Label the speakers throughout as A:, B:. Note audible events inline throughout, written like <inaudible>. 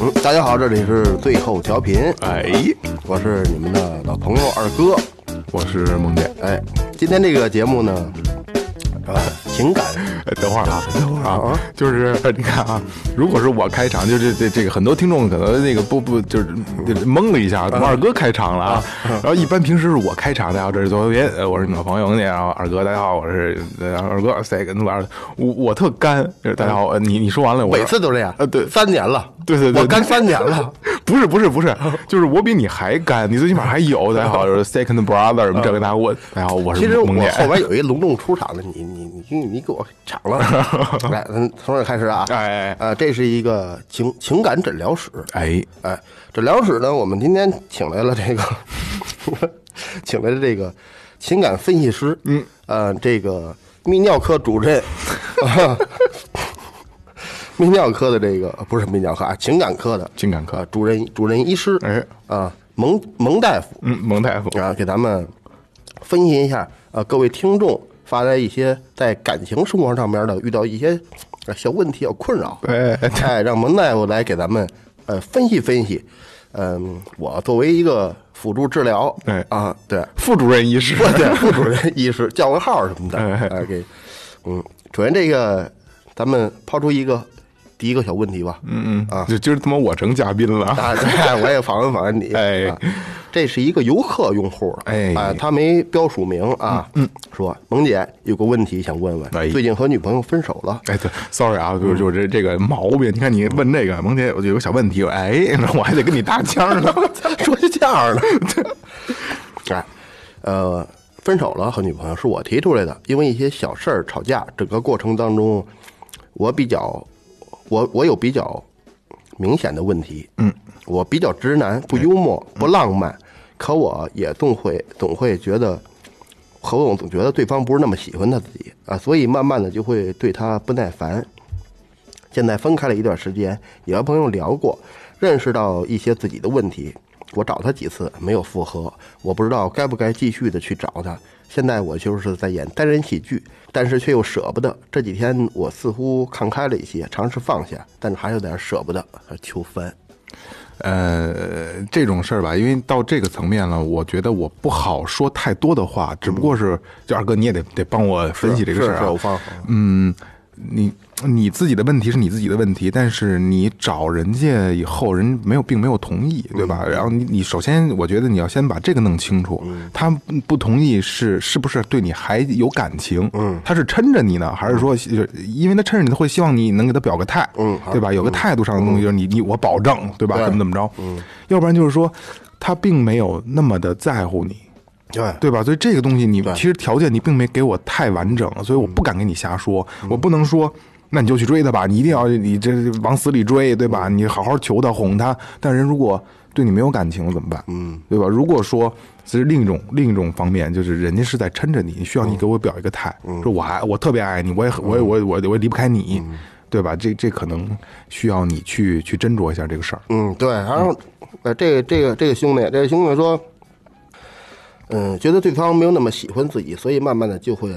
A: 嗯，大家好，这里是最后调频，
B: 哎，
A: 我是你们的老朋友二哥。
B: 我是梦姐。
A: 哎，今天这个节目呢，啊，情感
B: 哎等会儿啊，等会儿
A: 啊
B: 啊，就是 <laughs> 你看啊，如果是我开场，就这这这个很多听众可能那个不不就是懵了一下，怎么二哥开场了啊？
A: 嗯
B: 然后一般平时是我开场，大家好，这是左边，呃我是你们的朋友那然后二哥，大家好，我是呃二哥，塞个那玩意儿，我我特干，就是大家好，呃你你说完了，我
A: 每次都这样。
B: 呃对
A: 三年了，
B: 对对对
A: 我干三年了。
B: <laughs> 不是不是不是，就是我比你还干，你最起码还有，大家好，就是 second brother 什么这个那个我，大家好，我
A: 其
B: 是
A: 实我
B: 梦姐。
A: 后边有一隆重出场的，你你你你你给我抢了。来，嗯，从这儿开始啊。
B: 哎哎
A: 呃，这是一个情情感诊疗室。
B: 哎，
A: 哎，诊疗室呢，我们今天请来了这个， <laughs> 请来了这个情感分析师，嗯，呃，这个泌尿科主任， <laughs> 啊泌尿科的这个不是泌尿科啊，情感科的
B: 情感科
A: 啊主任主任医师，
B: 哎
A: 啊，蒙蒙大夫
B: 嗯，蒙大夫，
A: 啊，给咱们分析一下，呃，各位听众发来一些在感情生活上面的遇到一些呃小问题、小困扰，
B: 哎，
A: <laughs> 哎，让蒙大夫来给咱们呃分析分析。嗯，我作为一个辅助治疗，
B: 哎
A: 啊，对，
B: 副主任
A: <laughs>
B: 医师，
A: 不对，副主任医师叫个号什么的，哎，给，嗯，首先这个咱们抛出一个第一个小问题吧，嗯嗯啊
B: 就今儿他妈我成嘉宾了， <laughs>
A: 啊，对，我也访问访问 <laughs> 你，
B: 哎
A: 啊这是一个游客用户，啊
B: 哎
A: 他没标署名啊，嗯，说萌姐有个问题想问问，
B: 哎
A: 最近和女朋友分手了，
B: 哎，对，sorry 啊，
A: 嗯
B: 就是就是这这个毛病，你看你问这个，萌姐我就有个小问题，哎， <laughs> 我还得跟你搭腔呢， <laughs>
A: <laughs> 说相声呢。 <laughs> 哎，呃，分手了和女朋友是我提出来的，因为一些小事儿吵架，整个过程当中，我比较，我我有比较明显的问题，嗯，我比较直男，不幽默，不浪漫，可我也总会总会觉得。何总总觉得对方不是那么喜欢他自己啊，所以慢慢的就会对他不耐烦，现在分开了一段时间，也和朋友聊过，认识到一些自己的问题。我找他几次没有复合，我不知道该不该继续的去找他。现在我就是在演单人喜剧，但是却又舍不得。这几天我似乎看开了一些，尝试放下，但是还有点舍不得。秋帆，
B: 呃，这种事儿吧，因为到这个层面了，我觉得我不好说太多的话，只不过是，就二哥你也得得帮我分析这个事儿
A: 是是
B: 啊
A: 我放好
B: 嗯，你你自己的问题是你自己的问题，但是你找人家以后，人没有并没有同意，对吧？然后你你首先，我觉得你要先把这个弄清楚，他不同意是是不是对你还有感情？嗯，他是抻着你呢，还是说因为他抻着你，他会希望你能给他表个态，嗯，对吧？有个态度上的东西，就是你你我保证，对吧？
A: 对
B: 怎么怎么着？嗯，要不然就是说他并没有那么的在乎你。
A: 对
B: 对吧？所以这个东西你其实条件你并没给我太完整，所以我不敢跟你瞎说，我不能说。那你就去追他吧，你一定要你这往死里追，对吧？你好好求他，哄他。但人如果对你没有感情了怎么办？嗯，对吧？如果说其实另一种另一种方面，就是人家是在抻着你，需要你给我表一个态，说我还我特别爱你，我也很我也我也我也我也离不开你，对吧？这这可能需要你去去斟酌一下这个事儿。
A: 嗯，对。然后，呃，这个这个这个兄弟，这个兄弟说，嗯，觉得对方没有那么喜欢自己，所以慢慢的就会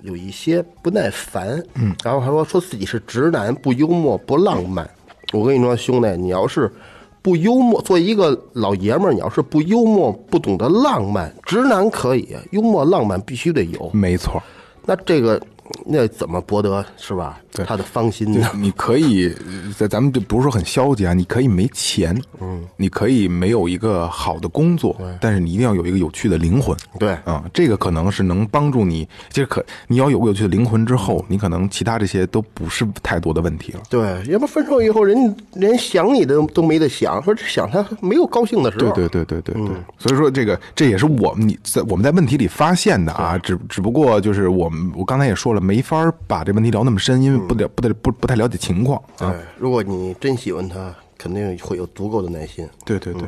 A: 有一些不耐烦。嗯，然后还说说自己是直男，不幽默，不浪漫。我跟你说，兄弟，你要是不幽默，作为一个老爷们儿，你要是不幽默，不懂得浪漫，直男可以，幽默浪漫必须得有。
B: 没错，
A: 那这个，那怎么博得是吧？
B: 对
A: 他的芳心
B: 你
A: 呢？
B: 你可以，呃咱咱们就不是说很消极啊，你可以没钱，嗯，你可以没有一个好的工作，但是你一定要有一个有趣的灵魂，
A: 对
B: 啊、这个可能是能帮助你，其实可你要有个有趣的灵魂之后，你可能其他这些都不是太多的问题了。
A: 对，要不分手以后，人连想你的都没得想，说这想他没有高兴的时候。
B: 对对对对对对，所以说这个这也是我们你在我们在问题里发现的啊，只只不过就是我们我刚才也说了，没法把这问题聊那么深，因为不了不太不不太了解情况啊。
A: 哎如果你真喜欢他，肯定会有足够的耐心。
B: 对对对，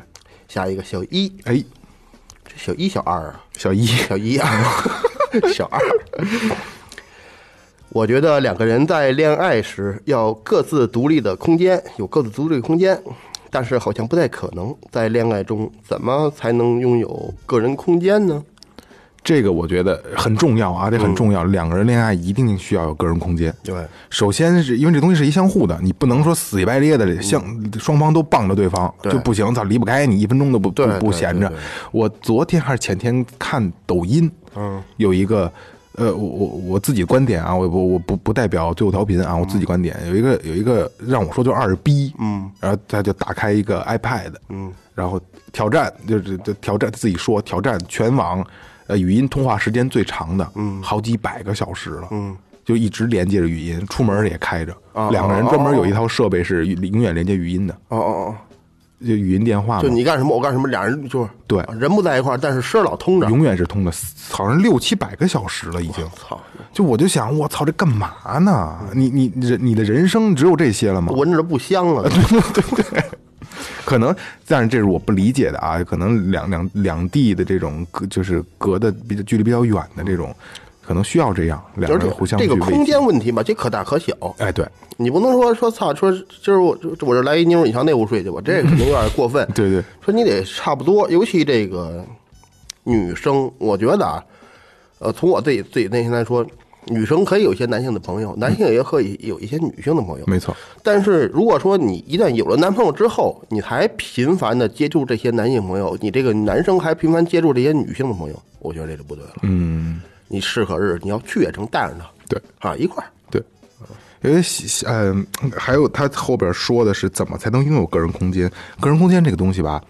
A: 下一个小一，
B: 嗯哎，
A: 这小一小二啊， <laughs>
B: 小一，
A: 小一啊，小二。我觉得两个人在恋爱时要各自独立的空间，有各自独立的空间，但是好像不太可能。在恋爱中，怎么才能拥有个人空间呢？
B: 这个我觉得很重要啊，这很重要。两个人恋爱一定需要有个人空间。
A: 嗯对，
B: 首先是因为这东西是一相互的，你不能说死乞白咧的相双方都傍着对方
A: 嗯对
B: 就不行，操离不开，你一分钟都不不
A: 对对
B: 不闲着
A: 对对。
B: 我昨天还是前天看抖音，
A: 嗯，
B: 有一个。呃，我我我自己观点啊，我我我不不代表最后调频
A: 嗯
B: 啊，我自己观点有一个有一个让我说就二逼，嗯，然后他就打开一个 iPad，嗯，然后挑战就是就挑战自己说挑战全网呃语音通话时间最长的，嗯，好几百个小时了，嗯，就一直连接着语音，出门也开着，
A: 啊
B: 两个人专门有一套设备是永远连接语音的，
A: 哦哦
B: 就语音电话
A: 哦，
B: 嘛，
A: 就你干什么我干什么，俩人就是
B: 啊对
A: 人不在一块儿，但是声儿老通着。
B: 永远是通的，好像六七百个小时了已经。
A: 操，
B: 就我就想，我操，这干嘛呢？你你你人你的人生只有这些了吗？
A: 闻着不香啊
B: <laughs>
A: 了。
B: 可能，但是这是我不理解的啊。可能两两两地的这种隔，就是隔的比较距离比较远的这种，可能需要这样两
A: 而
B: 个
A: 且
B: 人互相
A: 这
B: 去
A: 个
B: 慰藉
A: 空间问题吧，这可大可小。
B: 哎，对
A: 你不能说说操，说今儿我我这来一妞，你上那屋睡去吧，这个肯定有点过分。
B: <laughs> 对对，
A: <laughs> 说你得差不多，尤其这个女生，我觉得啊，呃，从我自己自己内心来说，女生可以有一些男性的朋友，男性也可以有一些女性的朋友。
B: 没错，
A: 但是如果说你一旦有了男朋友之后，你还频繁的接触这些男性朋友，你这个男生还频繁接触这些女性的朋友，我觉得这就不对了。
B: 嗯，
A: 你适可日，你要去也成，带上他
B: 对
A: 啊一块儿。
B: 对。因为喜嗯、还有他后边说的是怎么才能拥有个人空间？个人空间这个东西吧，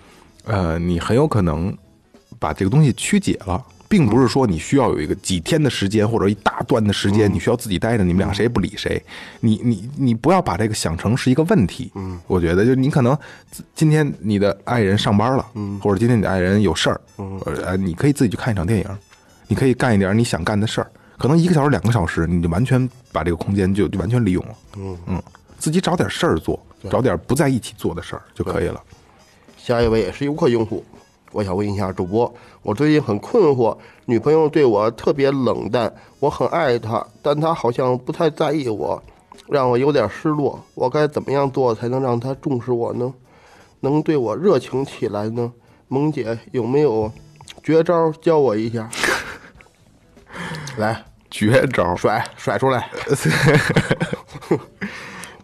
B: 呃，你很有可能把这个东西曲解了，并不是说你需要有一个几天的时间或者一大段的时间，你需要自己待着，你们俩谁也不理谁。你你你不要把这个想成是一个问题。嗯，我觉得就是你可能自今天你的爱人上班了，嗯，或者今天你的爱人有事儿，嗯，呃，你可以自己去看一场电影，你可以干一点你想干的事儿，可能一个小时、两个小时，你就完全把这个空间就就完全利用了。嗯嗯，自己找点事儿做，找点不在一起做的事儿就可以了。
A: 下一位也是游客用户，我想问一下主播，我最近很困惑，女朋友对我特别冷淡，我很爱她，但她好像不太在意我，让我有点失落。我该怎么样做才能让她重视我呢？能对我热情起来呢？萌姐有没有绝招教我一下？来，
B: 绝招，
A: 甩甩出来！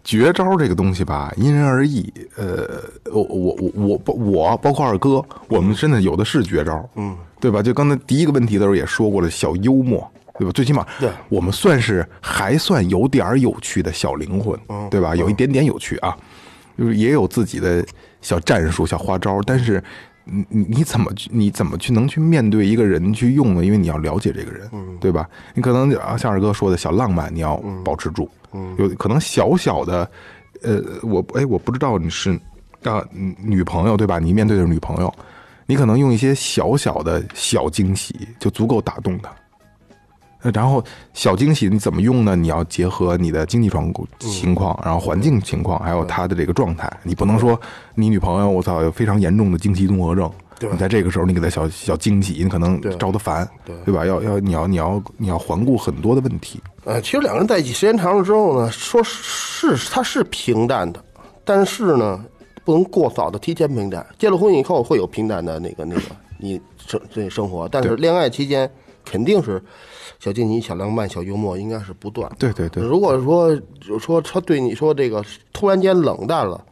B: 绝招这个东西吧，因人而异。呃，我我我我包我包括二哥，我们真的有的是绝招，嗯，对吧？就刚才第一个问题的时候也说过了，小幽默，对吧？最起码，
A: 对
B: 我们算是还算有点儿有趣的小灵魂，对吧？有一点点有趣啊，就是也有自己的小战术、小花招，但是。你你你怎么去你怎么去能去面对一个人去用呢？因为你要了解这个人，对吧？你可能啊，像二哥说的小浪漫，你要保持住，有可能小小的，呃，我哎，我不知道你是啊、嗯女朋友对吧？你面对的是女朋友，你可能用一些小小的小惊喜就足够打动她。呃然后小惊喜你怎么用呢？你要结合你的经济状况情况，然后环境情况，还有她的这个状态。你不能说你女朋友我操有非常严重的经期综合症，
A: 对
B: 你在这个时候你给她小小惊喜，你可能
A: 对
B: 招她烦，对吧？要要你要你要你要环顾很多的问题，
A: 呃，其实两个人在一起时间长了之后呢，说是他是平淡的，但是呢，不能过早的提前平淡。结了婚以后会有平淡的那个那个你生这生活，但是
B: 对
A: 恋爱期间肯定是小惊喜、小浪漫、小幽默应该是不断。
B: 对对对，
A: 如果说就说他对你说这个突然间冷淡了，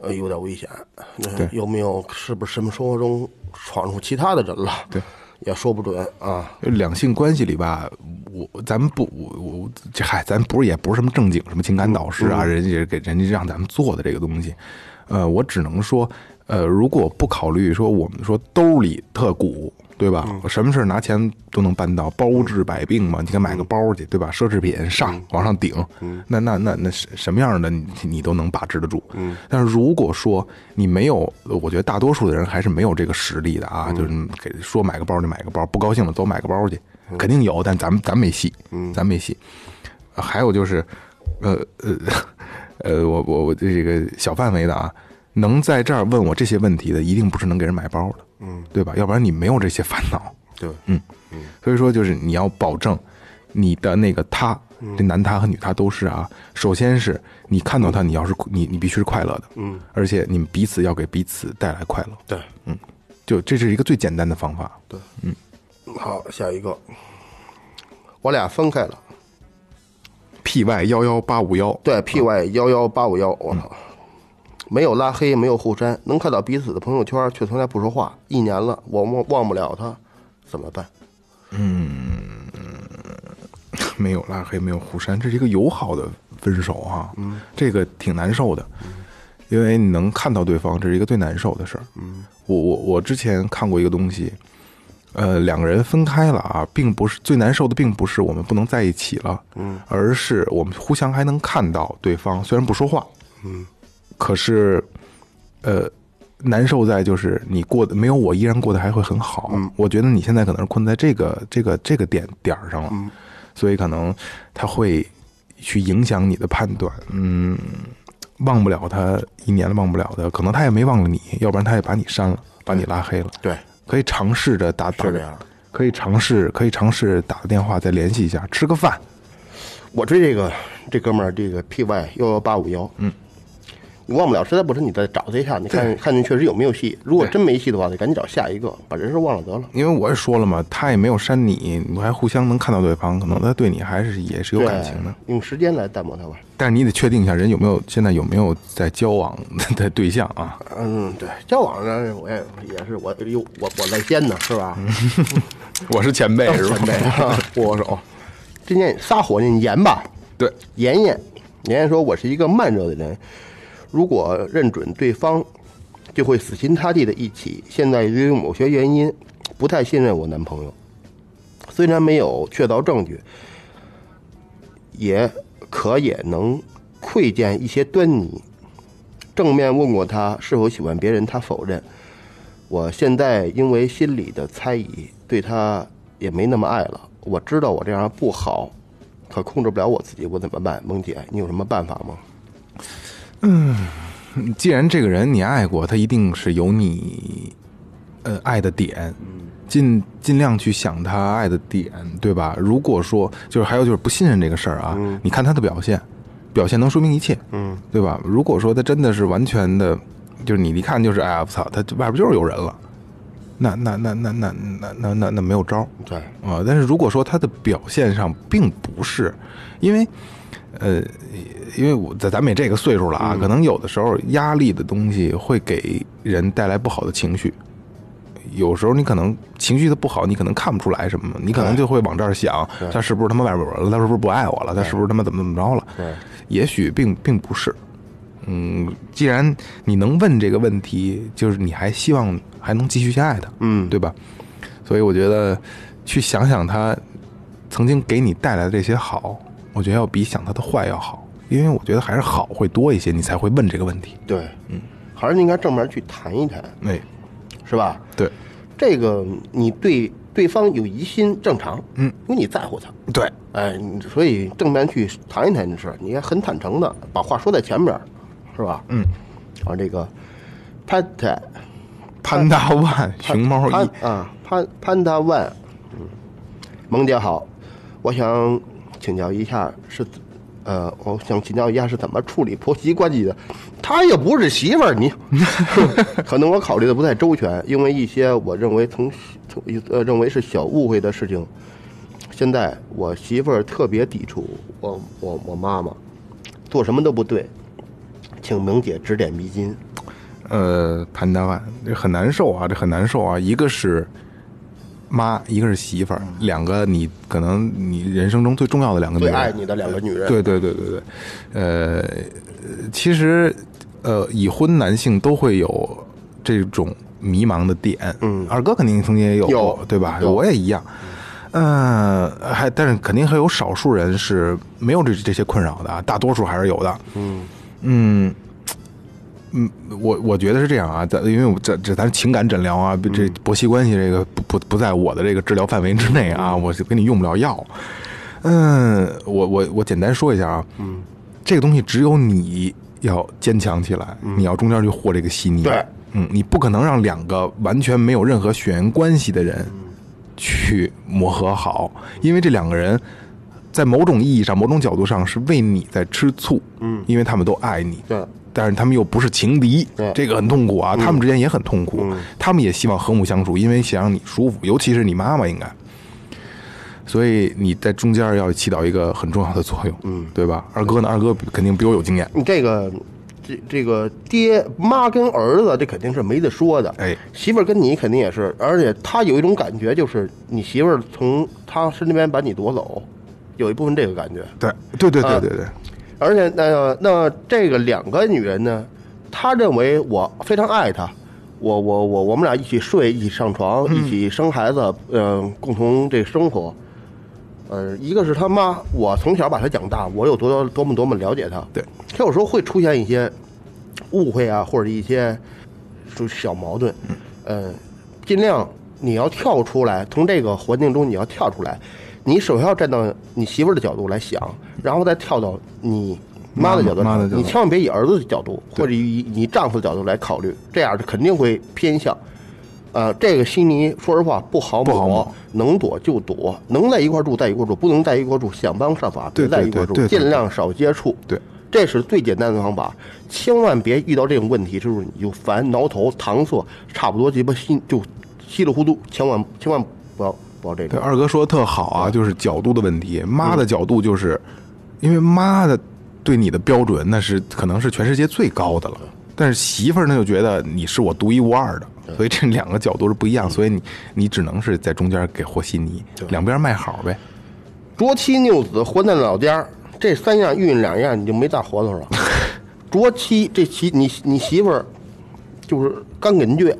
A: 呃，有点危险。那
B: 对
A: 有没有是不是什么生活中闯入其他的人了？
B: 对，
A: 也说不准啊。
B: 两性关系里吧，我咱们不，我我这嗨，咱不是也不是什么正经什么情感导师啊，人家也给人家让咱们做的这个东西，呃，我只能说，呃，如果不考虑说我们说兜里特鼓，对吧？什么事儿拿钱都能办到，包治百病嘛。你看买个包去，对吧？奢侈品上往上顶，那那那那什什么样的你你都能把持得住。但是如果说你没有，我觉得大多数的人还是没有这个实力的啊，就是给说买个包就买个包，不高兴了走买个包去，肯定有，但咱们咱没戏，咱没戏。呃还有就是，呃呃呃，我我我这个小范围的啊，能在这儿问我这些问题的，一定不是能给人买包的，嗯，对吧？要不然你没有这些烦恼，
A: 对，
B: 所以说就是你要保证你的那个他，这男他和女他都是啊。首先是你看到他，你要是你你必须是快乐的，嗯，而且你们彼此要给彼此带来快乐，
A: 对，
B: 就这是一个最简单的方法。对，
A: 好，下一个，我俩分开了。
B: P Y 幺幺八五幺，
A: 对，PY 幺幺八五幺，我操，没有拉黑，没有互删，能看到彼此的朋友圈，却从来不说话。一年了，我忘忘不了他，怎么办？
B: <laughs> 没有拉黑，没有互删，这是一个友好的分手哈、嗯，这个挺难受的，因为你能看到对方，这是一个最难受的事儿。嗯，我我我之前看过一个东西，呃，两个人分开了啊，并不是最难受的，并不是我们不能在一起了，嗯，而是我们互相还能看到对方，虽然不说话，嗯，可是，呃。难受在就是你过得没有我依然过得还会很好，我觉得你现在可能是困在这个这个这个点点儿上了，所以可能他会去影响你的判断。嗯，忘不了他一年了，忘不了他，可能他也没忘了你，要不然他也把你删了，把你拉黑了。
A: 对，
B: 可以尝试着打，
A: 是这样
B: 可以尝试，可以尝试打个电话再联系一下，吃个饭。
A: 我追这个这哥们儿，这个 PY 幺幺八五幺，嗯，你忘不了，实在不行你再找他一下，你看看你确实有没有戏。如果真没戏的话，就赶紧找下一个，把人事忘了得了。
B: 因为我也说了嘛，他也没有删你，你还互相能看到对方，可能他对你还是也是有
A: 对，
B: 感情的。
A: 用时间来淡漠他吧。
B: 但是你得确定一下人有没有现在有没有在交往的对象啊？
A: 嗯，对，交往呢，我也也是我有我我在先呢，是吧？
B: 我是 <laughs> 前辈是吧？
A: 前辈啊
B: 握手。
A: 今天撒火那盐吧，
B: 对，
A: 妍妍，妍妍说：“我是一个慢热的人，如果认准对方，就会死心塌地的一起。现在由于某些原因，不太信任我男朋友，虽然没有确凿证据，也可也能窥见一些端倪。正面问过他是否喜欢别人，他否认。我现在因为心里的猜疑，对他也没那么爱了。我知道我这样不好，可控制不了我自己，我怎么办？萌姐，你有什么办法吗？
B: <laughs> 既然这个人你爱过，他一定是有你，呃，爱的点，尽尽量去想他爱的点，对吧？如果说就是还有就是不信任这个事儿啊，你看他的表现，表现能说明一切，嗯，对吧？如果说他真的是完全的，就是你一看就是哎呀，我操，他外边就是有人了，那那那那那那那那那没有招儿，
A: 对，
B: 啊，但是如果说他的表现上并不是，因为，呃，因为我咱咱们也这个岁数了啊，可能有的时候压力的东西会给人带来不好的情绪，有时候你可能情绪的不好，你可能看不出来什么，你可能就会往这儿想，他是不是他妈外边有人了？他是不是不爱我了？他是不是他妈怎么怎么着了？
A: 对
B: 也许并并不是。嗯，既然你能问这个问题，就是你还希望还能继续去爱他，嗯，对吧？所以我觉得去想想他曾经给你带来的这些好，我觉得要比想他的坏要好，因为我觉得还是好会多一些，你才会问这个问题。
A: 对，嗯，还是应该正面去谈一谈，
B: 哎，
A: 是吧？
B: 对，
A: 这个你对对方有疑心正常，嗯，因为你在乎他，
B: 对，
A: 哎，你所以正面去谈一谈这事儿，你也很坦诚的把话说在前边儿，是吧？嗯，啊，这个潘太
B: 潘大万熊猫
A: 潘
B: 一，
A: 啊潘潘大万，嗯，萌姐好，我想请教一下是，呃，我想请教一下是怎么处理婆媳关系的？她又不是媳妇儿，你 <laughs> 可能我考虑的不太周全，因为一些我认为从从呃认为是小误会的事情，现在我媳妇儿特别抵触我我我妈妈，做什么都不对，请萌姐指点迷津。
B: 呃，潘大万这很难受啊，这很难受啊，一个是。妈，一个是媳妇儿，
A: 嗯
B: 两个你可能你人生中最重要的两个女
A: 最
B: 人，
A: 爱你的两个女人，
B: 对对对对对，呃，其实呃，已婚男性都会有这种迷茫的点。嗯，二哥肯定曾经也有过，
A: 有
B: 对吧？
A: 有
B: 我也一样。嗯，还但是肯定还有少数人是没有这这些困扰的啊，大多数还是有的。嗯嗯。嗯，我我觉得是这样啊，咱因为我这这咱情感诊疗啊，这婆媳关系这个不不不在我的这个治疗范围之内啊，我就给你用不了药。嗯，我我我简单说一下啊，嗯，这个东西只有你要坚强起来，你要中间去和这个稀泥，
A: 对，
B: 嗯，你不可能让两个完全没有任何血缘关系的人去磨合好，因为这两个人在某种意义上、某种角度上是为你在吃醋，嗯，因为他们都爱你，
A: 对
B: 但是他们又不是情敌，这个很痛苦啊，他们之间也很痛苦，他们也希望和睦相处，因为想让你舒服，尤其是你妈妈应该，所以你在中间要起到一个很重要的作用，嗯，对吧？二哥呢？二哥肯定比我有经验，
A: 你这个这这个爹妈跟儿子，这肯定是没得说的。
B: 哎
A: 媳妇儿跟你肯定也是，而且他有一种感觉，就是你媳妇儿从他身边把你夺走，有一部分这个感觉。
B: 对，对对对对对，
A: 而且那、那这个两个女人呢，她认为我非常爱她，我我我我们俩一起睡，一起上床，一起生孩子，嗯、共同这生活。呃，一个是他妈，我从小把她养大，我有多多多么多么了解她。
B: 对，
A: 她有时候会出现一些误会啊，或者一些就是小矛盾。嗯、呃，尽量你要跳出来，从这个环境中你要跳出来，你首先要站到你媳妇儿的角度来想，然后再跳到你妈的角度来
B: 妈
A: 想，
B: 妈的角度
A: 你千万别以儿子的角度或者以你丈夫的角度来考虑，这样肯定会偏向。呃，这个悉尼说实话不好
B: 不好
A: 抹
B: 抹，
A: 能躲就躲，能在一块儿住在一块儿住，不能在一块儿住想方设法别
B: 对
A: 在
B: 对
A: 一块儿住，
B: 对对对
A: 尽量少接触。
B: 对
A: 这是最简单的方法，千万别遇到这种问题，就是你就烦、挠头、搪塞，差不多鸡巴心就稀里糊涂，千万千万不要不要这种。
B: 对，二哥说的特好啊，就是角度的问题。妈的角度就是，因为妈的对你的标准那是可能是全世界最高的了，但是媳妇儿呢就觉得你是我独一无二的，所以这两个角度是不一样，所以你你只能是在中间给和稀泥，两边卖好呗。
A: 浊妻拗子，活在老家儿，这三样遇见两样，你就没大活头了。浊妻这媳你你媳妇儿就是干梗倔，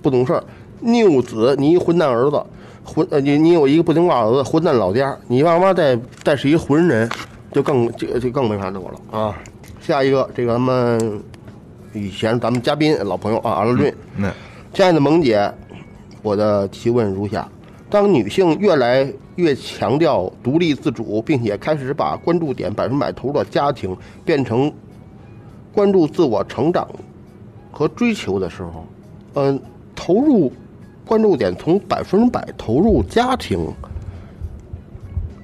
A: 不懂事儿；拗子你一混蛋儿子，混呃你你有一个不听话儿子，混蛋老家儿，你爸妈再再是一浑人，就更就就更没法弄了啊。下一个这个咱们以前咱们嘉宾老朋友啊，阿乐俊，
B: 那
A: 亲爱的萌姐，我的提问如下：当女性越来越强调独立自主，并且开始把关注点百分百投入到家庭，变成关注自我成长和追求的时候，嗯，投入关注点从百分百投入家庭，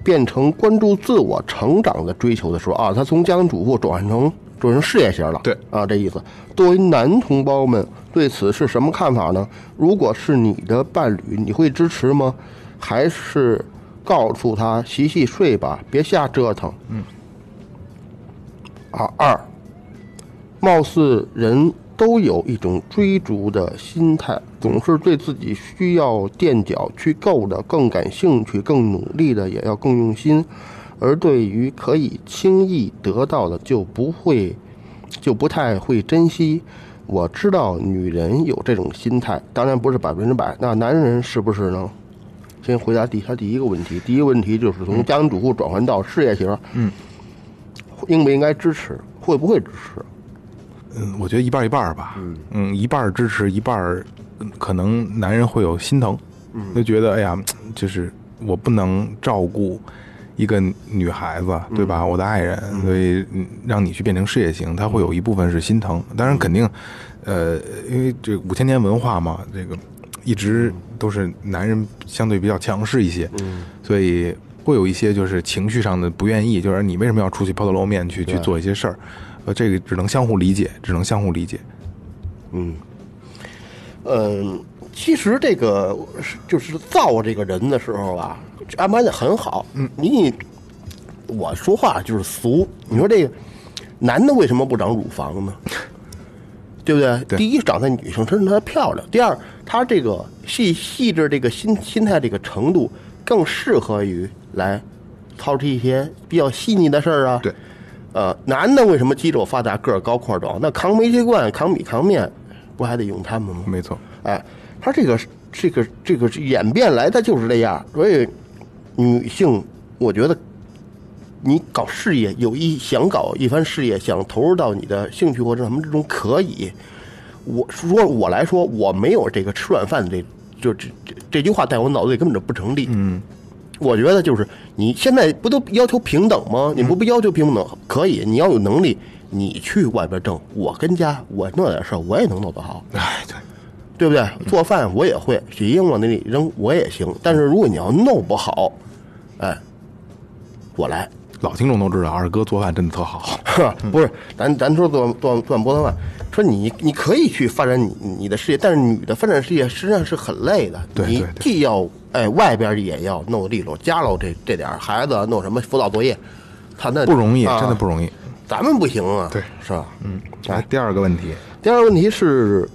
A: 变成关注自我成长的追求的时候啊，他从家庭主妇转换成转成事业型了，
B: 对
A: 啊，这意思。作为男同胞们对此是什么看法呢？如果是你的伴侣，你会支持吗？还是告诉他洗洗睡吧，别瞎折腾？嗯。啊，二，貌似人都有一种追逐的心态，总是对自己需要垫脚去够的更感兴趣、更努力的也要更用心，而对于可以轻易得到的就不会，就不太会珍惜。我知道女人有这种心态，当然不是百分之百。那男人是不是呢？先回答第他第一个问题。第一个问题就是从家庭主妇转换到事业型，嗯，应不应该支持？会不会支持？
B: 嗯，我觉得一半儿一半儿吧，嗯，一半儿支持，一半儿嗯可能男人会有心疼，就觉得哎呀，就是我不能照顾一个女孩子，对吧？我的爱人，所以嗯让你去变成事业型，他会有一部分是心疼，当然肯定，呃，因为这五千年文化嘛，这个一直都是男人相对比较强势一些，
A: 嗯
B: 所以会有一些就是情绪上的不愿意，就是你为什么要出去抛头露面去去做一些事儿？呃，这个只能相互理解，只能相互理解。
A: 嗯，其实这个就是造这个人的时候吧，安排的很好。嗯，你我说话就是俗，你说这个男的为什么不长乳房呢？对不对？
B: 对
A: 第一长在女生身上，她漂亮；第二，她这个细细致这个心心态这个程度，更适合于来操持一些比较细腻的事儿啊。
B: 对，
A: 呃，男的为什么肌肉发达、个儿高、块儿壮？那扛煤气罐、扛米、扛面，不还得用他们吗？
B: 没错， <laughs>
A: 哎，他这个这个这个演变来的就是这样，所以女性，我觉得你搞事业有一想搞一番事业，想投入到你的兴趣或者什么之中可以。我说我来说，我没有这个吃软饭的这就这这这句话在我脑子里根本就不成立。嗯，我觉得就是你现在不都要求平等吗？你不不要求平等可以，你要有能力，你去外边挣，我跟家我弄点事儿我也能弄得好。
B: 哎，对，
A: 对不对？做饭我也会，
B: 嗯
A: 洗衣服往那里扔我也行。但是如果你要弄不好，哎，我来。 <laughs>
B: 老听众都知道，二哥做饭真的特好。
A: 呵不是，咱咱说做做做波特曼，说你你可以去发展你你的事业，但是女的发展事业实际上是很累的。
B: 对对
A: 你
B: 对
A: 既要哎外边也要弄利落，家里这这点儿孩子弄什么辅导作业，他那
B: 不容易，
A: 啊
B: 真的不容易。
A: 咱们不行啊，
B: 对
A: 是吧？嗯。
B: 来，第二个问题，
A: 第二个问题是，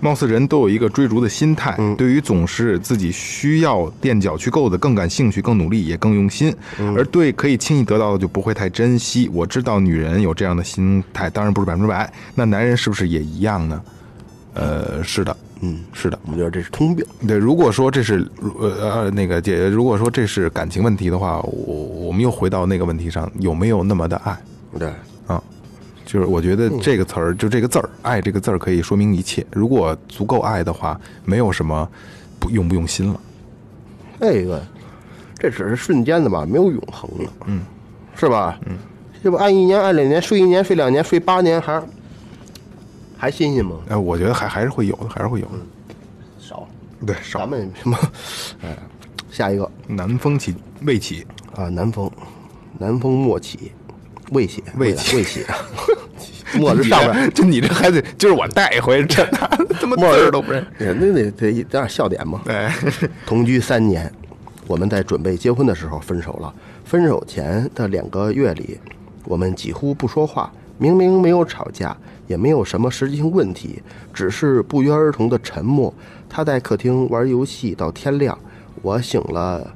B: 貌似人都有一个追逐的心态，对于总是自己需要垫脚去够的更感兴趣、更努力，也更用心；而对可以轻易得到的就不会太珍惜。我知道女人有这样的心态，当然不是百分之百。那男人是不是也一样呢？呃，是的，嗯，是的。
A: 我们觉得这是通病。
B: 对，如果说这是呃呃那个姐，如果说这是感情问题的话，我我们又回到那个问题上，有没有那么的爱？
A: 对，
B: 啊，就是我觉得这个词儿，就这个字儿“爱”这个字儿可以说明一切。如果足够爱的话，没有什么不用不用心了。
A: 这个这只是瞬间的吧，没有永恒的，嗯，是吧？嗯，这不按一年、按两年，睡一年、睡两年、睡八年，还还新鲜吗？
B: 哎，我觉得还还是会有的，还是会有的。
A: 少，
B: 嗯对，
A: 咱
B: 少
A: 们什么？哎， <laughs> 下一个
B: 南风起未起，
A: 啊，南风，南风莫起，未起，
B: 未
A: 来
B: 起
A: 未 <laughs> 起，墨是
B: 你
A: 上
B: <laughs> 这
A: 面，
B: 就你这还得，就是我带一回， <laughs> 这他妈字
A: 墨
B: 儿
A: 是
B: 都不认。
A: 人家得得得点笑点嘛。
B: 哎，
A: <laughs> 同居三年，我们在准备结婚的时候分手了。分手前的两个月里，我们几乎不说话，明明没有吵架，也没有什么实质性问题，只是不约而同的沉默。他在客厅玩游戏到天亮，我醒了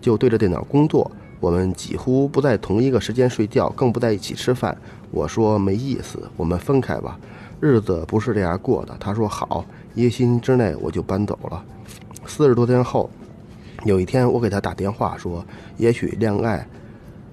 A: 就对着电脑工作。我们几乎不在同一个时间睡觉，更不在一起吃饭。我说没意思，我们分开吧，日子不是这样过的。他说好，一个星期之内我就搬走了。四十多天后，有一天我给他打电话说，也许恋爱，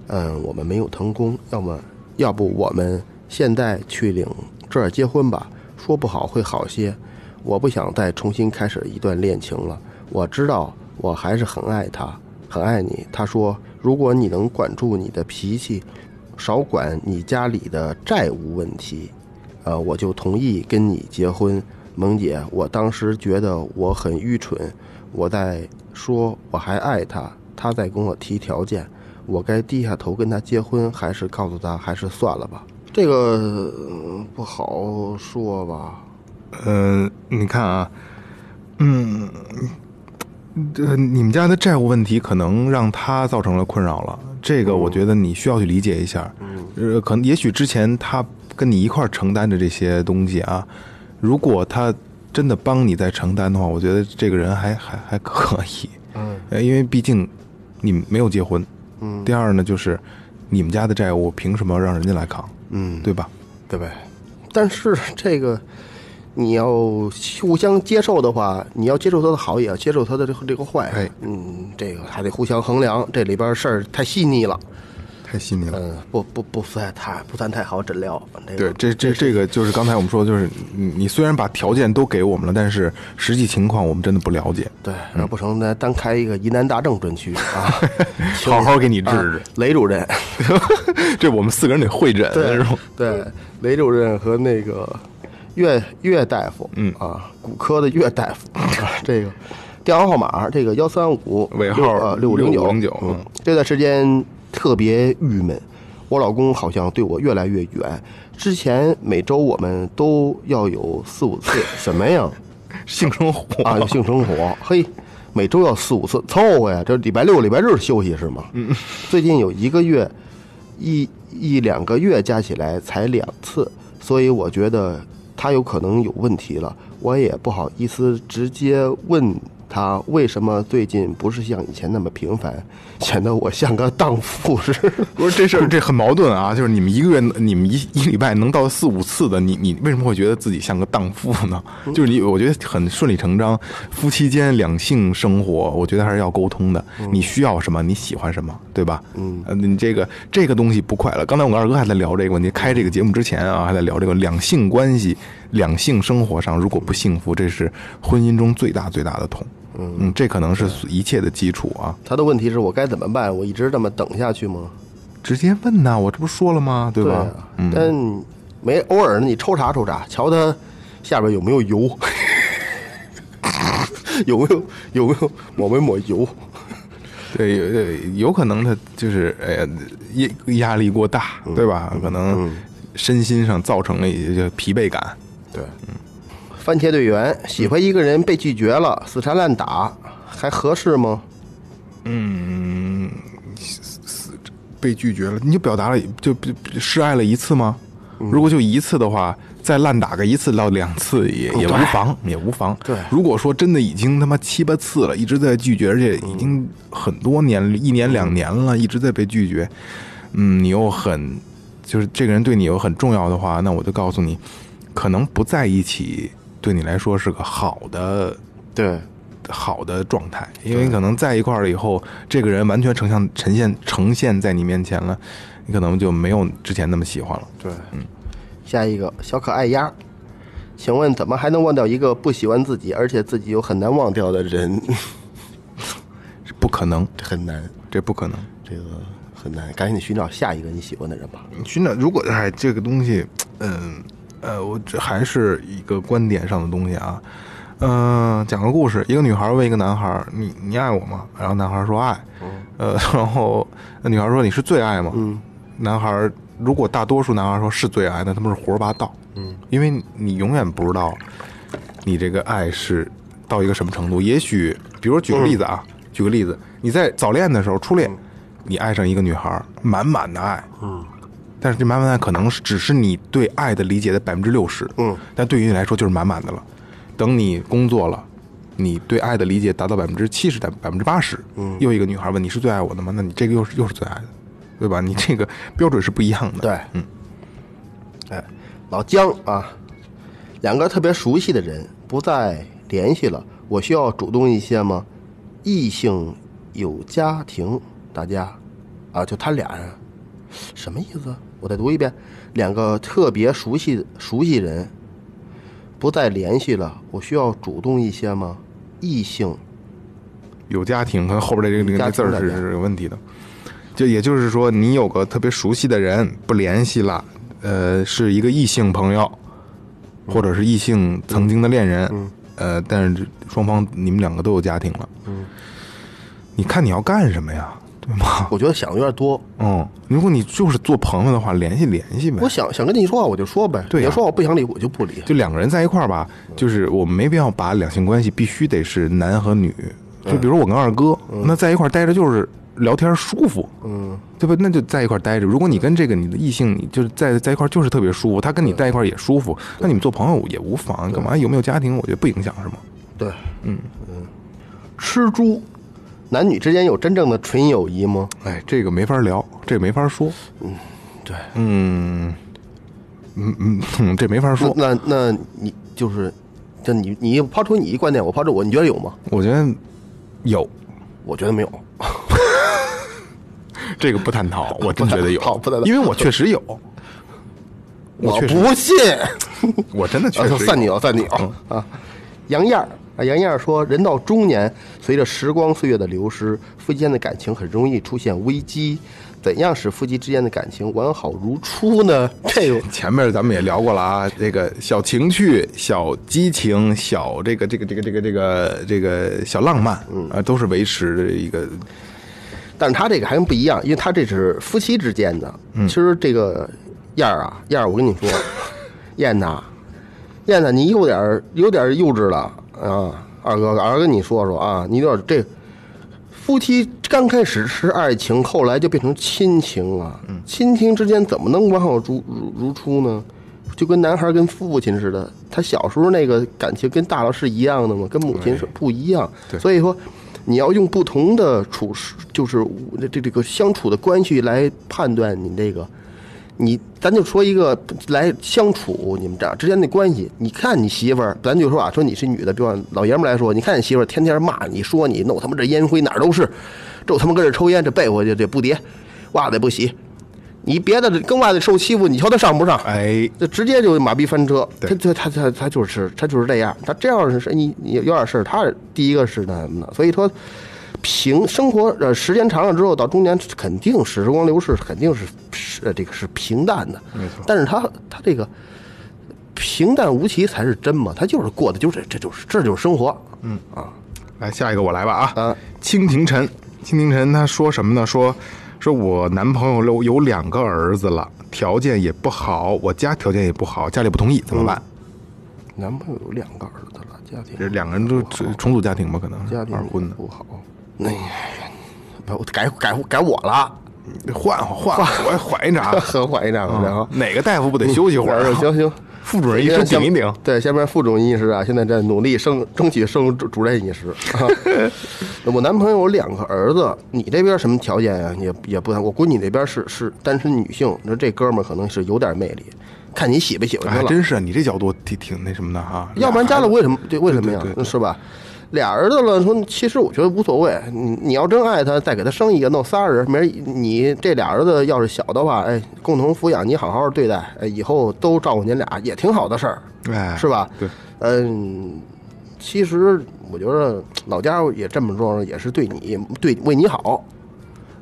A: 嗯，我们没有成功，要么要不我们现在去领证儿结婚吧，说不好会好些。我不想再重新开始一段恋情了，我知道我还是很爱他，很爱你。他说，如果你能管住你的脾气，少管你家里的债务问题，呃，我就同意跟你结婚。萌姐，我当时觉得我很愚蠢，我在说我还爱他，他在跟我提条件，我该低下头跟他结婚，还是告诉他还是算了吧？这个、嗯不好说吧？
B: 嗯，你看啊，嗯，这你们家的债务问题可能让他造成了困扰了，这个我觉得你需要去理解一下。嗯，呃，可能也许之前他跟你一块儿承担着这些东西啊，如果他真的帮你在承担的话，我觉得这个人还还还可以。
A: 嗯
B: 呃，因为毕竟你们没有结婚。
A: 嗯
B: 第二呢，就是你们家的债务凭什么让人家来扛，
A: 嗯，
B: 对吧？
A: 对呗。但是这个你要互相接受的话，你要接受他的好，也要接受他的这个这个坏。
B: 哎
A: 嗯，这个还得互相衡量，这里边事儿太细腻了。
B: 太细腻了。
A: 嗯，不不不算太不算太好诊疗。这个
B: 对，这这这个就是刚才我们说的，就是你你虽然把条件都给我们了，但是实际情况我们真的不了解。 <laughs>
A: 对，要不成咱单开一个疑难大症专区啊，请
B: <laughs> 好好给你治
A: 啊
B: 治，
A: 雷主
B: <laughs>
A: 任，
B: 这我们四个人得会诊，
A: 对
B: 是吧？
A: 对，雷主任和那个岳岳大夫，
B: 嗯
A: 啊，骨科的岳大夫， <laughs> 啊这个电话号码这个幺三五
B: 尾号
A: 六五零九
B: 6509嗯
A: 这段时间特别郁闷，我老公好像对我越来越远。之前每周我们都要有四五次，什么呀？
B: 性生活
A: <laughs>
B: <laughs>
A: 啊，有性生活，嘿，每周要四五次，凑合呀。这礼拜六、礼拜日休息是吗？嗯。 <laughs> 最近有一个月，一一两个月加起来才两次，所以我觉得他有可能有问题了。我也不好意思直接问他为什么最近不是像以前那么频繁，显得我像个荡妇似的。 <laughs>
B: 不是这事儿，这很矛盾啊！就是你们一个月，你们一一礼拜能到四五次的，你你为什么会觉得自己像个荡妇呢？就是你，我觉得很顺理成章。夫妻间两性生活，我觉得还是要沟通的。你需要什么？你喜欢什么？对吧？嗯，你这个这个东西不快乐。刚才我跟二哥还在聊这个问题，开这个节目之前啊，还在聊这个两性关系、两性生活上如果不幸福，这是婚姻中最大最大的痛。嗯，这可能是一切的基础啊。
A: 他的问题是我该怎么办？我一直这么等下去吗？
B: 直接问呐、我这不说了吗？对吧？
A: 啊，但没偶尔你抽查抽查，瞧它下边有没有油， <laughs> 有没有有没有抹没抹油，
B: 对，有有可能他就是哎呀压压力过大，对吧？可能身心上造成了一些疲惫感。
A: 对，番茄队员喜欢一个人被拒绝了，死缠烂打，还合适吗？
B: 嗯，死死被拒绝了，你就表达了就就示爱了一次吗？如果就一次的话，再烂打个一次到两次也也无妨，也无妨。
A: 对
B: 如果说真的已经他妈七八次了，一直在拒绝，而且已经很多年，一年两年了，一直在被拒绝，嗯，你又很就是这个人对你又很重要的话，那我就告诉你，可能不在一起对你来说是个好的
A: 对，
B: 好的状态，因为可能在一块儿了以后，这个人完全呈现呈现呈现在你面前了，你可能就没有之前那么喜欢了。
A: 对，嗯下一个小可爱鸭，请问怎么还能忘掉一个不喜欢自己，而且自己又很难忘掉的人？ <laughs>
B: 这不可能，
A: 这很难，
B: 这不可能。
A: 这个很难，赶紧寻找下一个你喜欢的人吧。
B: 寻找如果哎这个东西，嗯呃，我这还是一个观点上的东西啊。嗯、讲个故事，一个女孩问一个男孩：“你你爱我吗？”然后男孩说：“爱。”呃，然后那女孩说：“你是最爱吗？”嗯，男孩如果大多数男孩说是最爱，那他们是胡说八道。嗯，因为你永远不知道你这个爱是到一个什么程度。也许，比如举个例子啊，举个例子，你在早恋的时候，初恋，你爱上一个女孩，满满的爱，嗯，但是这满满的爱可能是只是你对爱的理解的百分之六十，
A: 嗯，
B: 但对于你来说就是满满的了。等你工作了，你对爱的理解达到百分之七十、百分之八十，嗯，又一个女孩问你是最爱我的吗？那你这个又是又是最爱的，对吧？你这个标准是不一样的，
A: 对，嗯，哎，老姜啊，两个特别熟悉的人不再联系了，我需要主动一些吗？异性有家庭，大家啊，就他俩人，什么意思？我再读一遍，两个特别熟悉熟悉人不再联系了，我需要主动一些吗？异性
B: 有家庭，可能后边这个这
A: 家
B: 个字
A: 庭
B: 儿
A: 的
B: 是
A: 人
B: 是有问题的。就也就是说，你有个特别熟悉的人不联系了，呃，是一个异性朋友，或者是异
A: 嗯
B: 性曾经的恋人，呃，但是双方你们两个都有家庭了，嗯，你看你要干什么呀，对吗？ <laughs>
A: 我觉得想的有点多，
B: 嗯，如果你就是做朋友的话，联系联系呗
A: 我。想想跟你说话我就说呗，
B: 对呀
A: 你要说我不想理我就不理，
B: 就两个人在一块儿吧，
A: 嗯
B: 就是我们没必要把两性关系必须得是男和女。就
A: 嗯
B: 比如我跟二哥，那在一块儿待着就是聊天舒服，嗯，对吧？那就在一块儿待着。如果你跟这个你的异性，你就是在在一块儿就是特别舒服，他跟你在一块儿也舒服，
A: 嗯
B: 那你们做朋友也无妨，干嘛有没有家庭，我觉得不影响，是吗？
A: 对，嗯嗯，吃猪，男女之间有真正的纯友谊吗？
B: 哎，这个没法聊，这个没法说，
A: 对，
B: 嗯，嗯嗯嗯， <laughs> 这没法说。
A: 那那那你就是，就你你抛出你一观点，我抛出我，你觉得有吗？
B: 我觉得有
A: 我觉得没有。
B: 这个不探讨，我真觉
A: <laughs>
B: 得有
A: 不探讨不探，讨
B: 因为我确实有，我
A: 我
B: 确实
A: 不信，
B: 我真的 <laughs> 确
A: 啊
B: 实
A: 就
B: 有嗯
A: 算你了，算你了啊！杨燕儿啊，杨燕儿说，人到中年，随着时光岁月的流失，夫妻间的感情很容易出现危机。怎样使夫妻之间的感情完好如初呢？ <laughs> 这个
B: 前面咱们也聊过了啊，这个小情趣、小激情、小这个这个这个这个这个这个小浪漫，嗯啊，都是维持着一个
A: 但是他这个还不一样，因为他这是夫妻之间的。其实这个燕儿啊，燕儿，我跟你说，燕呐，燕呐，你有点儿有点儿幼稚了啊！二哥，二哥跟你说说啊，你有点儿这夫妻刚开始是爱情，后来就变成亲情了。
B: 嗯
A: 亲情之间怎么能完好如如如初呢？就跟男孩跟父亲似的，他小时候那个感情跟大了是一样的吗？跟母亲是不一样。
B: 对
A: 所以说，你要用不同的处事，就是这这这个相处的关系来判断你这个。你咱就说一个来相处你们这之间的关系，你看你媳妇儿，咱就说啊，说你是女的，比方老爷们儿来说，你看你媳妇儿天天骂你说你弄他妈这烟灰哪儿都是，这他妈跟这抽烟，这被窝就得不叠，袜子也不洗，你别的跟外头受欺负，你瞧他上不上？
B: 哎，
A: 就直接就马屁翻车。
B: 对
A: 他他他他他就是他就是这样，他这样是你你有点事儿，他第一个是那什么的，所以说。平生活呃，时间长了之后，到中年肯定是时光流逝，肯定是是呃这个是平淡的，没错。但是他他这个平淡无奇才是真嘛，他就是过的就是这这就是这就是生活，嗯，
B: 来下一个我来吧啊
A: 啊，
B: 蜻蜓尘，金廷晨他说什么呢？说说我男朋友有有两个儿子了，条件也不好，我家条件也不好，家里不同意怎么办？
A: 嗯男朋友有两个儿子了，家庭
B: 这两个人都重组家庭吧，可能是
A: 家庭
B: 二婚的，
A: 不好，那不改改改我了，
B: 换换换，我也缓一
A: <laughs>
B: 闸。
A: 很缓一点，
B: 啊
A: 然后
B: 哪个大夫不得休息会儿？
A: 啊
B: 啊
A: 嗯行行，
B: 副主任医生顶一顶。
A: 对，下面副主任医师啊，现在在努力升，争取升主主任医师。啊、 <laughs> 我男朋友有两个儿子，你这边什么条件呀、也也不，我估计你这边是是单身女性，那这哥们儿可能是有点魅力，看你喜不喜欢他
B: 还
A: 了。
B: 哎真是你这角度挺挺那什么的哈。
A: 要不然家里为什么对为什么呀
B: 对对？对
A: 是吧？俩儿子了，说其实我觉得无所谓，你你要真爱他，再给他生一个，弄仨人，没人你这俩儿子要是小的话，哎，共同抚养，你好好对待，哎，以后都照顾您俩也挺好的事儿，
B: 哎
A: 是吧？
B: 对，
A: 嗯，其实我觉得老家也这么做，也是对你对为你好，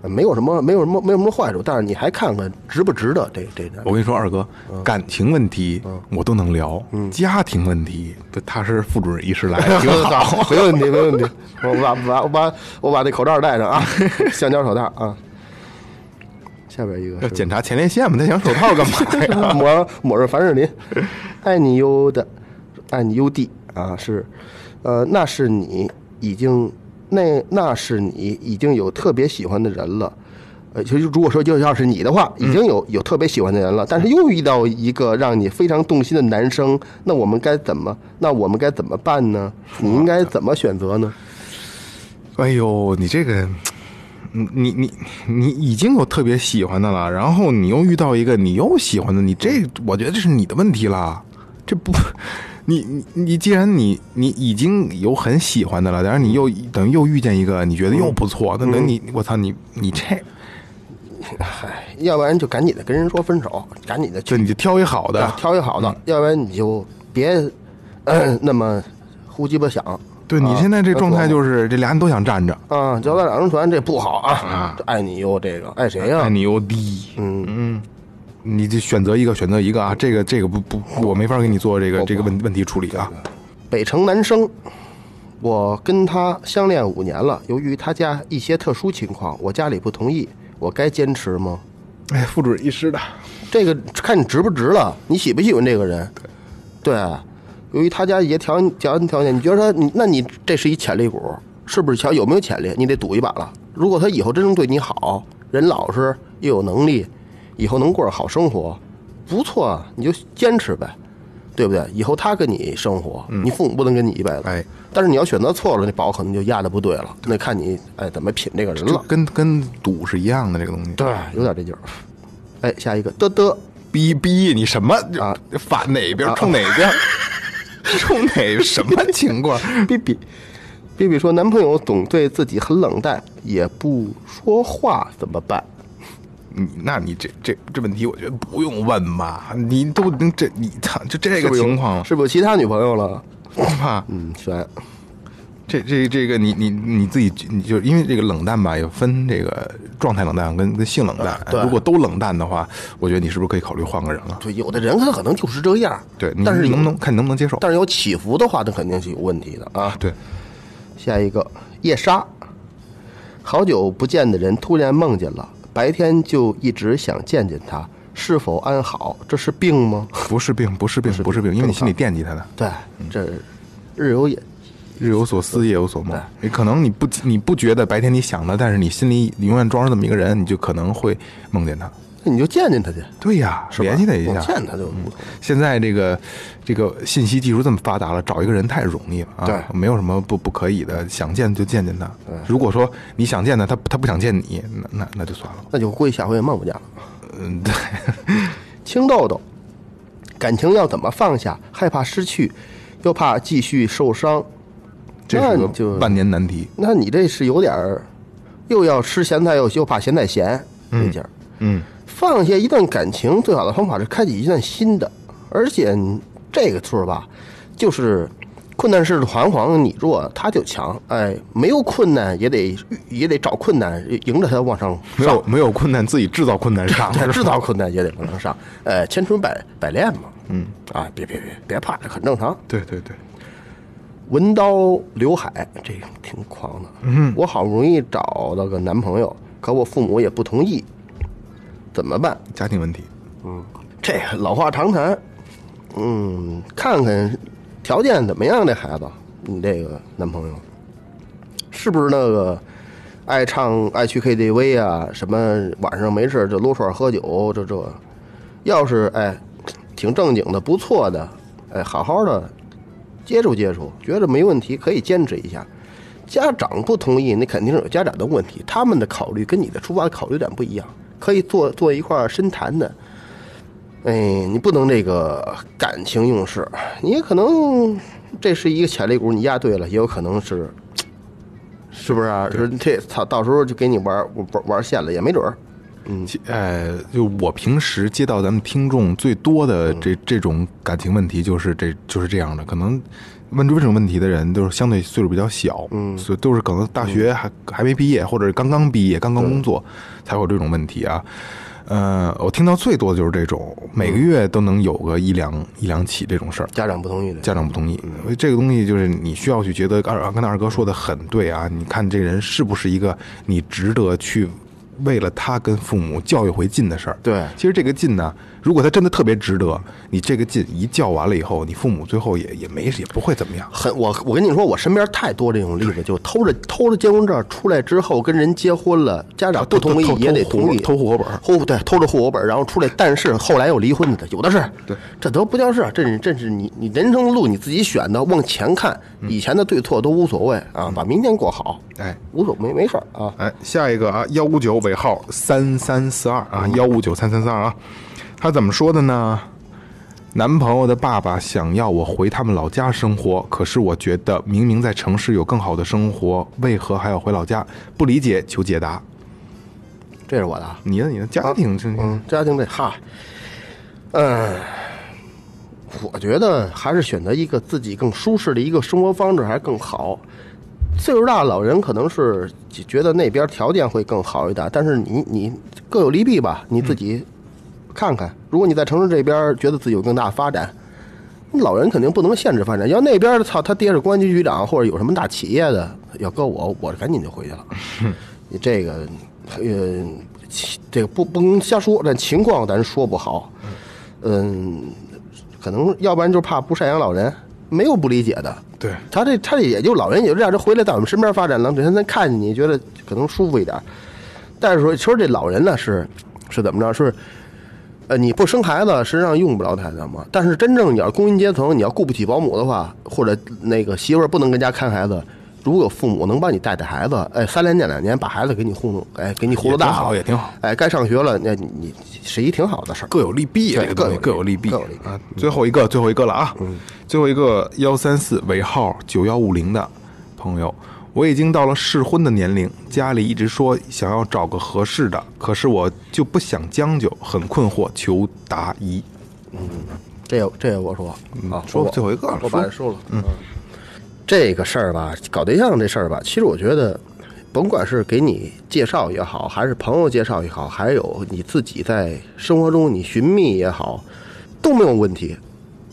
A: 呃没有什么没有什么没有什么坏处，但是你还看看值不值得这这
B: 我跟你说，二哥，
A: 嗯
B: 感情问题我都能聊，家庭问题，对他是副主任
A: <laughs>
B: 医师来 <laughs> 的，挺好。
A: 没问题，没问题。我把把我把我把那口罩戴上啊，橡胶手套啊。下边一个
B: 要
A: 是
B: 检查前列腺嘛，他想手套干 <laughs> 嘛
A: <laughs>
B: 呀？
A: 哎抹抹上凡士林，爱你优的，爱你优弟啊是，呃，那是你已经那那是你已经有特别喜欢的人了。呃，其实如果说就要是你的话，已经有有特别喜欢的人了，但是又遇到一个让你非常动心的男生，那我们该怎么？那我们该怎么办呢？你应该怎么选择呢？
B: 哎呦，你这个，你你你你已经有特别喜欢的了，然后你又遇到一个你又喜欢的，你
A: 嗯
B: 这我觉得这是你的问题啦，这不， <laughs> 你你你既然你你已经有很喜欢的了，然后你又等于又遇见一个你觉得又
A: 嗯
B: 不错，那等你我操你你这，
A: 哎，要不然就赶紧的跟人说分手，赶紧的
B: 就
A: 去
B: 你就挑一好的
A: 啊，挑一好的，要不然你就别、 <clears throat> 呃那么胡鸡巴想
B: 对你现在这状态
A: 是
B: 就是这俩人都想站着，
A: 啊，脚踏两只船这不好啊，爱你哟这个爱谁呀、
B: 但你又低，嗯嗯，你就选择一个选择一个啊，这个这个不不，我没法给你做这个这个问问题处理啊，
A: 北城男生，我跟他相恋五年了，由于他家一些特殊情况，我家里不同意，我该坚持吗？
B: 哎，副主任医师的。
A: 这个看你值不值了，你喜不喜欢这个人？对，啊由于他家一些条件条件条件，你觉得他，你那你这是一潜力股，是不是？瞧有没有潜力，你得赌一把了。如果他以后真正对你好，人老实又有能力，以后能过上好生活，不错啊，你就坚持呗，对不对？以后他跟你生活，你父母不能跟你一辈子。
B: 嗯哎，
A: 但是你要选择错了，那宝可能就压的不对了，那看你哎怎么品这个人
B: 就
A: 了。
B: 跟跟赌是一样的这个东西。
A: 对，有点这劲儿。哎，下一个的的。
B: 逼逼你什么
A: 啊？
B: 反哪边冲哪 <laughs> 边？冲哪什么情 <laughs> 况？
A: 比比，比比说，男朋友总对自己很冷淡，也不说话，怎么办？
B: 你嗯那你这这这问题，我觉得不用问吧？你都能这你操，就这
A: 是
B: 个
A: 不是有
B: 情况了，
A: 是不是有其他女朋友了？
B: 吧？
A: 嗯，悬。
B: 这这这个你你你自己你就因为这个冷淡吧，有分这个状态冷淡跟跟性冷淡。
A: 对
B: 如果都冷淡的话，我觉得你是不是可以考虑换个人了？
A: 对，有的人他可能就是这样，
B: 对，你
A: 但是
B: 你
A: 有嗯
B: 能不能看你能不能接受？
A: 但是有起伏的话，那肯定是有问题的啊。
B: 对，
A: 下一个夜莎，好久不见的人突然梦见了，白天就一直想见见他，是否安好？这是病吗？ <laughs>
B: 不是病，不是病，不是病，因为你心里惦记他的。
A: 对，这日有也
B: 日有所思，夜有所梦。也可能你不你不觉得白天你想他，但是你心里永远装着这么一个人，你就可能会梦见他。
A: 那你就见见他去，
B: 对呀，
A: 是吧
B: 联系他一下。
A: 见他就无所谓
B: 现在这个这个信息技术这么发达了，找一个人太容易了啊！
A: 对
B: 没有什么不不可以的，想见就见见他。如果说你想见他，他他不想见你，那那那就算了。
A: 那就估计下回也梦不见了。
B: 嗯，对， <laughs>
A: 青豆豆，感情要怎么放下？害怕失去，又怕继续受伤。
B: 这
A: 那
B: 是
A: 你
B: 个
A: 就
B: 万年难题。
A: 那你这是有点儿，又要吃咸菜，又又怕咸菜咸，这劲儿。
B: 嗯，
A: 放下一段感情，最好的方法是开启一段新的。而且你这个处儿吧，就是困难是彷徨，你弱他就强。哎，没有困难也得也得找困难，迎着它往上
B: 没有没有困难，自己制造困难
A: <laughs>
B: 上。
A: 他知道困难也得往上上，呃，千锤百百炼嘛，嗯，啊，别别别别怕，这很正常。
B: 对对对，
A: 文刀刘海，这个挺狂的。嗯，我好不容易找到个男朋友，可我父母也不同意，怎么办？
B: 家庭问题，
A: 这老话常谈，嗯，看看条件怎么样，这孩子，你这个男朋友是不是那个爱唱、爱去 KTV 啊？什么晚上没事就撸串喝酒，这这，要是哎挺正经的、不错的，哎好好的接触接触，觉得没问题，可以坚持一下。家长不同意，那肯定是有家长的问题，他们的考虑跟你的出发考虑点不一样，可以坐坐一块儿深谈的。哎，你不能这个感情用事，你可能这是一个潜力股，你压对了，也有可能是，是不是啊？是这操，到时候就给你玩玩玩线了，也没准儿。
B: 其呃，就我平时接到咱们听众最多的这这种感情问题，就是这就是这样的。可能问出这种问题的人，都是相对岁数比较小，嗯，所以都是可能大学还、还没毕业，或者是刚刚毕业、刚刚工作，才会有这种问题啊。呃，我听到最多的就是这种，每个月都能有个一两一两起这种事儿。
A: 家长不同意的，
B: 家长不同意，所以这个东西就是你需要去觉得二跟二哥说的很对啊，你看这人是不是一个你值得去为了他跟父母较一回劲的事儿？
A: 对
B: 其实这个劲呢，如果他真的特别值得，你这个劲一较完了以后，你父母最后也也没也不会怎么样。
A: 很我我跟你说，我身边太多这种例子，就偷着偷着结婚证出来之后跟人结婚了，家长不同意
B: 偷偷
A: 也得
B: 偷
A: 同意，
B: 偷户口本儿
A: 偷对偷着户口本儿，然后出来，但是后来又离婚的有的是，对，这都不叫事儿，这是这是你你人生路你自己选的，往前看，
B: 嗯
A: 以前的对错都无所谓啊，把明天过好，
B: 哎，
A: 无所没没事儿啊，
B: 哎，下一个啊，幺五九尾号三三四二啊，幺五九三三四二啊，他怎么说的呢？男朋友的爸爸想要我回他们老家生活，可是我觉得明明在城市有更好的生活，为何还要回老家？不理解，求解答。
A: 这是我的啊。
B: 你呢？你的家庭这、
A: 嗯，家庭这哈，嗯、我觉得还是选择一个自己更舒适的一个生活方式还更好。岁数大的老人可能是觉得那边条件会更好一点，但是你你各有利弊吧，你自己看看。如果你在城市这边觉得自己有更大发展，你老人肯定不能限制发展。要那边操他爹是公安局局长或者有什么大企业的，要搁我，我赶紧就回去了。你这个，呃，其这个不不能瞎说，但情况咱说不好。嗯，可能要不然就怕不赡养老人，没有不理解的。
B: 对
A: 他这他也就老人也就这样，他回来在我们身边发展了，每天能看见你，觉得可能舒服一点。但是说说这老人呢是是怎么着？是呃，你不生孩子，实际上用不着太那么。但是真正你要工薪阶层，你要雇不起保姆的话，或者那个媳妇儿不能跟家看孩子，如果有父母能帮你带带孩子，哎，三两年两年把孩子给你糊弄，哎，给你糊弄大
B: 也挺好
A: 了
B: 也挺好。
A: 哎，该上学了，那你你是一挺好的事儿。
B: 各有利弊啊，
A: 对
B: 这个东西
A: 各
B: 各
A: 有
B: 有
A: 利
B: 利
A: 弊
B: 弊
A: 各有利弊
B: 啊。最后一个，最后一个了啊，最后一个幺三四尾号九幺五零的朋友，我已经到了适婚的年龄，家里一直说想要找个合适的，可是我就不想将就，很困惑，求答疑。
A: 这也这也我说啊，
B: 嗯说
A: 我
B: 最后一个了
A: 我把
B: 说
A: 这说了。嗯，这个事儿吧，搞对象这事儿吧，其实我觉得，甭管是给你介绍也好，还是朋友介绍也好，还有你自己在生活中你寻觅也好，都没有问题。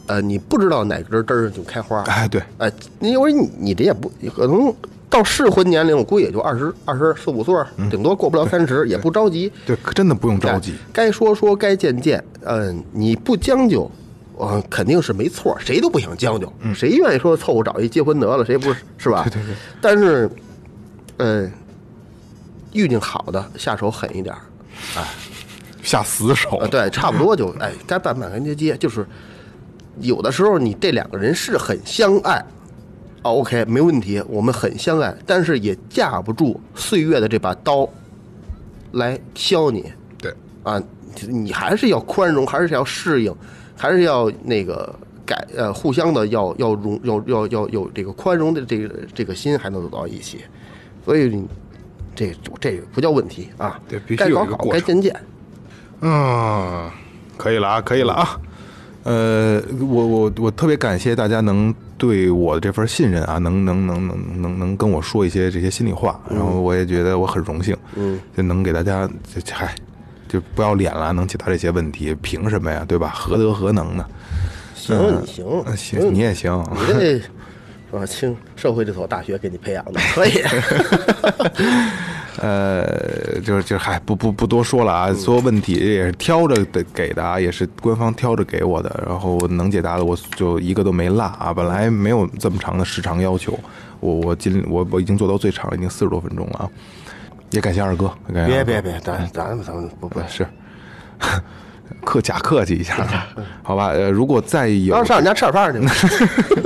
A: 呃，你不知道哪根针儿就开
B: <laughs>
A: 花。
B: 哎，对，
A: 哎，因为你你这也不可能到适婚年龄，我估计也就二十二十四五岁儿，
B: 嗯
A: 顶多过不了三十，也不着急。
B: <laughs> 对，可真的不用着急
A: 哎。该说说，该见见。嗯，你不将就，呃，肯定是没错，谁都不想将就，谁愿意说凑合找一结婚得了？谁不是是吧？
B: 嗯对对对
A: 但是，呃，遇见好的下手狠一点儿，
B: 下死手
A: 啊，，对，差不多就哎，该办办该接接，就是有的时候你这两个人是很相爱，啊，OK，没问题，我们很相爱，但是也架不住岁月的这把刀来削你
B: 对，
A: 啊，你还是要宽容，还是要适应，还是要那个改呃，互相的要要容要要要有这个宽容的这个这个心，还能走到一起，所以你这这不叫问题啊，
B: 对必须
A: 该
B: 有
A: 搞
B: 一个
A: 好，
B: 过
A: 该
B: 程
A: 见见。
B: 嗯，可以了啊，可以了啊。呃，我我我特别感谢大家能对我这份信任啊，能能能能能能跟我说一些这些心里话，然后我也觉得我很荣幸，嗯，就能给大家，这这嗨，就不要脸了，能解答这些问题，凭什么呀，对吧？何德何能呢？呃
A: 行，
B: 嗯
A: 你行，
B: 嗯行，你也行，
A: 你这啊，清社会这所大学给你培养的，可
B: <laughs>
A: 以。
B: 啊呃，就是就嗨，不不不多说了啊，所有问题也是挑着的给的啊，也是官方挑着给我的，然后能解答的我就一个都没落啊。本来没有这么长的时长要求，我我尽我我已经做到最长了，已经四十多分钟了啊。也感谢二哥，也感谢
A: 别
B: 二哥
A: 别别，咱咱们咱们不不
B: 呃，是客假客气一下，好吧？呃，如果再有
A: 当时上人家吃点饭去吧。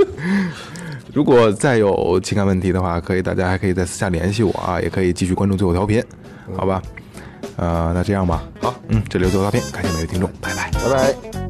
B: 如果再有情感问题的话，可以大家还可以在私下联系我啊，也可以继续关注最后调频，好吧？呃，那这样吧，
A: 好，
B: 嗯，这里是最后调频，感谢每位听众，拜拜。
A: 拜拜。